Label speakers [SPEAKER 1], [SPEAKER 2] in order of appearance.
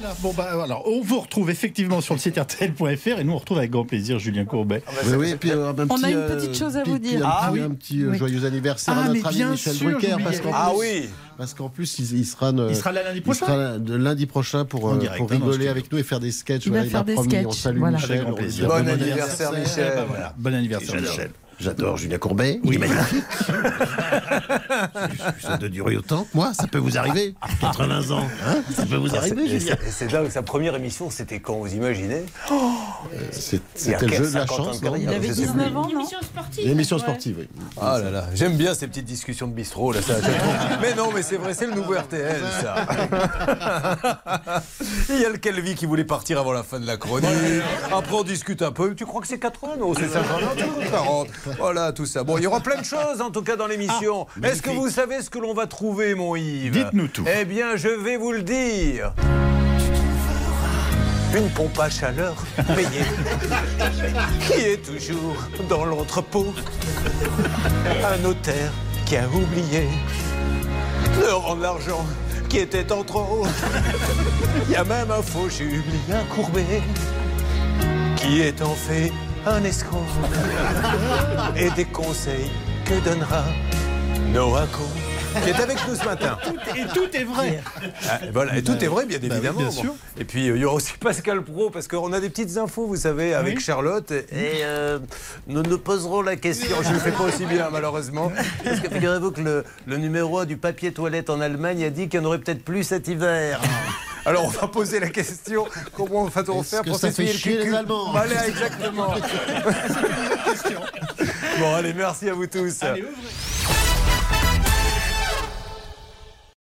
[SPEAKER 1] Voilà, bon bah alors on vous retrouve effectivement sur le site rtl.fr et nous on retrouve avec grand plaisir Julien Courbet.
[SPEAKER 2] Oui, oui, et puis, euh, un
[SPEAKER 3] On
[SPEAKER 2] petit,
[SPEAKER 3] a une
[SPEAKER 2] euh,
[SPEAKER 3] petite chose à
[SPEAKER 2] petit-
[SPEAKER 3] vous dire.
[SPEAKER 2] Un petit,
[SPEAKER 3] Ah oui.
[SPEAKER 2] un petit, euh,
[SPEAKER 3] Oui.
[SPEAKER 2] joyeux anniversaire
[SPEAKER 1] Ah,
[SPEAKER 2] à
[SPEAKER 1] mais
[SPEAKER 2] notre ami
[SPEAKER 1] bien
[SPEAKER 2] Michel
[SPEAKER 1] sûr,
[SPEAKER 2] Drucker.
[SPEAKER 1] j'oubliais.
[SPEAKER 2] Parce qu'en
[SPEAKER 1] Ah
[SPEAKER 2] plus,
[SPEAKER 4] oui
[SPEAKER 2] parce qu'en plus, il, il sera, euh,
[SPEAKER 1] Il sera là lundi
[SPEAKER 2] il sera
[SPEAKER 1] prochain.
[SPEAKER 2] là de lundi prochain pour,
[SPEAKER 1] En
[SPEAKER 2] euh,
[SPEAKER 1] direct,
[SPEAKER 2] pour
[SPEAKER 1] hein, dans le
[SPEAKER 2] rigoler
[SPEAKER 1] studio.
[SPEAKER 2] avec nous et faire des sketchs.
[SPEAKER 3] Il va
[SPEAKER 2] voilà,
[SPEAKER 3] faire des
[SPEAKER 2] promis.
[SPEAKER 3] sketchs,
[SPEAKER 2] On salue
[SPEAKER 3] voilà.
[SPEAKER 2] Michel.
[SPEAKER 1] Avec grand
[SPEAKER 2] on lui dit
[SPEAKER 1] plaisir.
[SPEAKER 2] bon
[SPEAKER 4] Bon
[SPEAKER 2] anniversaire.
[SPEAKER 4] anniversaire,
[SPEAKER 1] Eh ben,
[SPEAKER 4] Michel.
[SPEAKER 1] voilà. Bon anniversaire Michel.
[SPEAKER 2] J'adore Julien Courbet. Oui, magnifique. ça doit durer autant que moi. Ça peut vous arriver. 80 ans. hein, Ah, ça
[SPEAKER 1] Ah,
[SPEAKER 2] peut vous arriver,
[SPEAKER 4] Et
[SPEAKER 2] Julien.
[SPEAKER 4] c'est- et c'est dingue, sa première émission, c'était quand vous imaginez
[SPEAKER 2] C'est-
[SPEAKER 4] Il y a
[SPEAKER 2] C'était le jeu de la
[SPEAKER 4] 50 ans
[SPEAKER 2] chance.
[SPEAKER 4] de carrière.
[SPEAKER 3] Il avait
[SPEAKER 4] Je sais plus.
[SPEAKER 3] 19 ans, non
[SPEAKER 5] Émission sportive.
[SPEAKER 2] L'émission
[SPEAKER 5] Ouais.
[SPEAKER 2] sportive, oui.
[SPEAKER 4] Ah là là, j'aime bien ces petites discussions de bistrot là. Ça, j'aime trop. mais non, mais c'est vrai, c'est le nouveau RTL ça. Il y a le Kelvin qui voulait partir avant la fin de la chronique. Après on discute un peu. Tu crois que c'est 80 Non, c'est 50 Non, tu crois que 40. Voilà tout ça. Bon, il y aura plein de choses en tout cas dans l'émission. Est-ce que vous savez ce que l'on va trouver, mon Yves
[SPEAKER 1] Dites-nous tout.
[SPEAKER 4] Eh bien, je vais vous le dire. Une pompe à chaleur payée qui est toujours dans l'entrepôt. Un notaire qui a oublié de rendre l'argent qui était en trop. Il y a même un faux Julien Courbet qui est en fait un escroc. Et des conseils que donnera Noaco qui est avec nous ce matin.
[SPEAKER 1] Et tout est vrai.
[SPEAKER 4] Ah, et voilà, et
[SPEAKER 2] Bah
[SPEAKER 4] tout est vrai, bien
[SPEAKER 1] oui,
[SPEAKER 4] évidemment.
[SPEAKER 1] bien
[SPEAKER 4] Bon.
[SPEAKER 1] sûr.
[SPEAKER 4] Et puis, euh, il y aura aussi Pascal Pro, parce qu'on a des petites infos, vous savez, avec
[SPEAKER 1] Oui.
[SPEAKER 4] Charlotte. Et euh, nous nous poserons la question. Je ne le fais pas aussi bien, malheureusement. Parce que figurez-vous que le, le numéro un du papier toilette en Allemagne a dit qu'il y en aurait peut-être plus cet hiver. Alors, on va poser la question comment va-t-on
[SPEAKER 2] Est-ce
[SPEAKER 4] faire
[SPEAKER 2] que
[SPEAKER 4] pour
[SPEAKER 2] ça fait
[SPEAKER 4] s'essuyer le
[SPEAKER 2] chier les
[SPEAKER 4] cucu
[SPEAKER 2] Allemands
[SPEAKER 4] Voilà, exactement. bon, allez, merci à vous tous.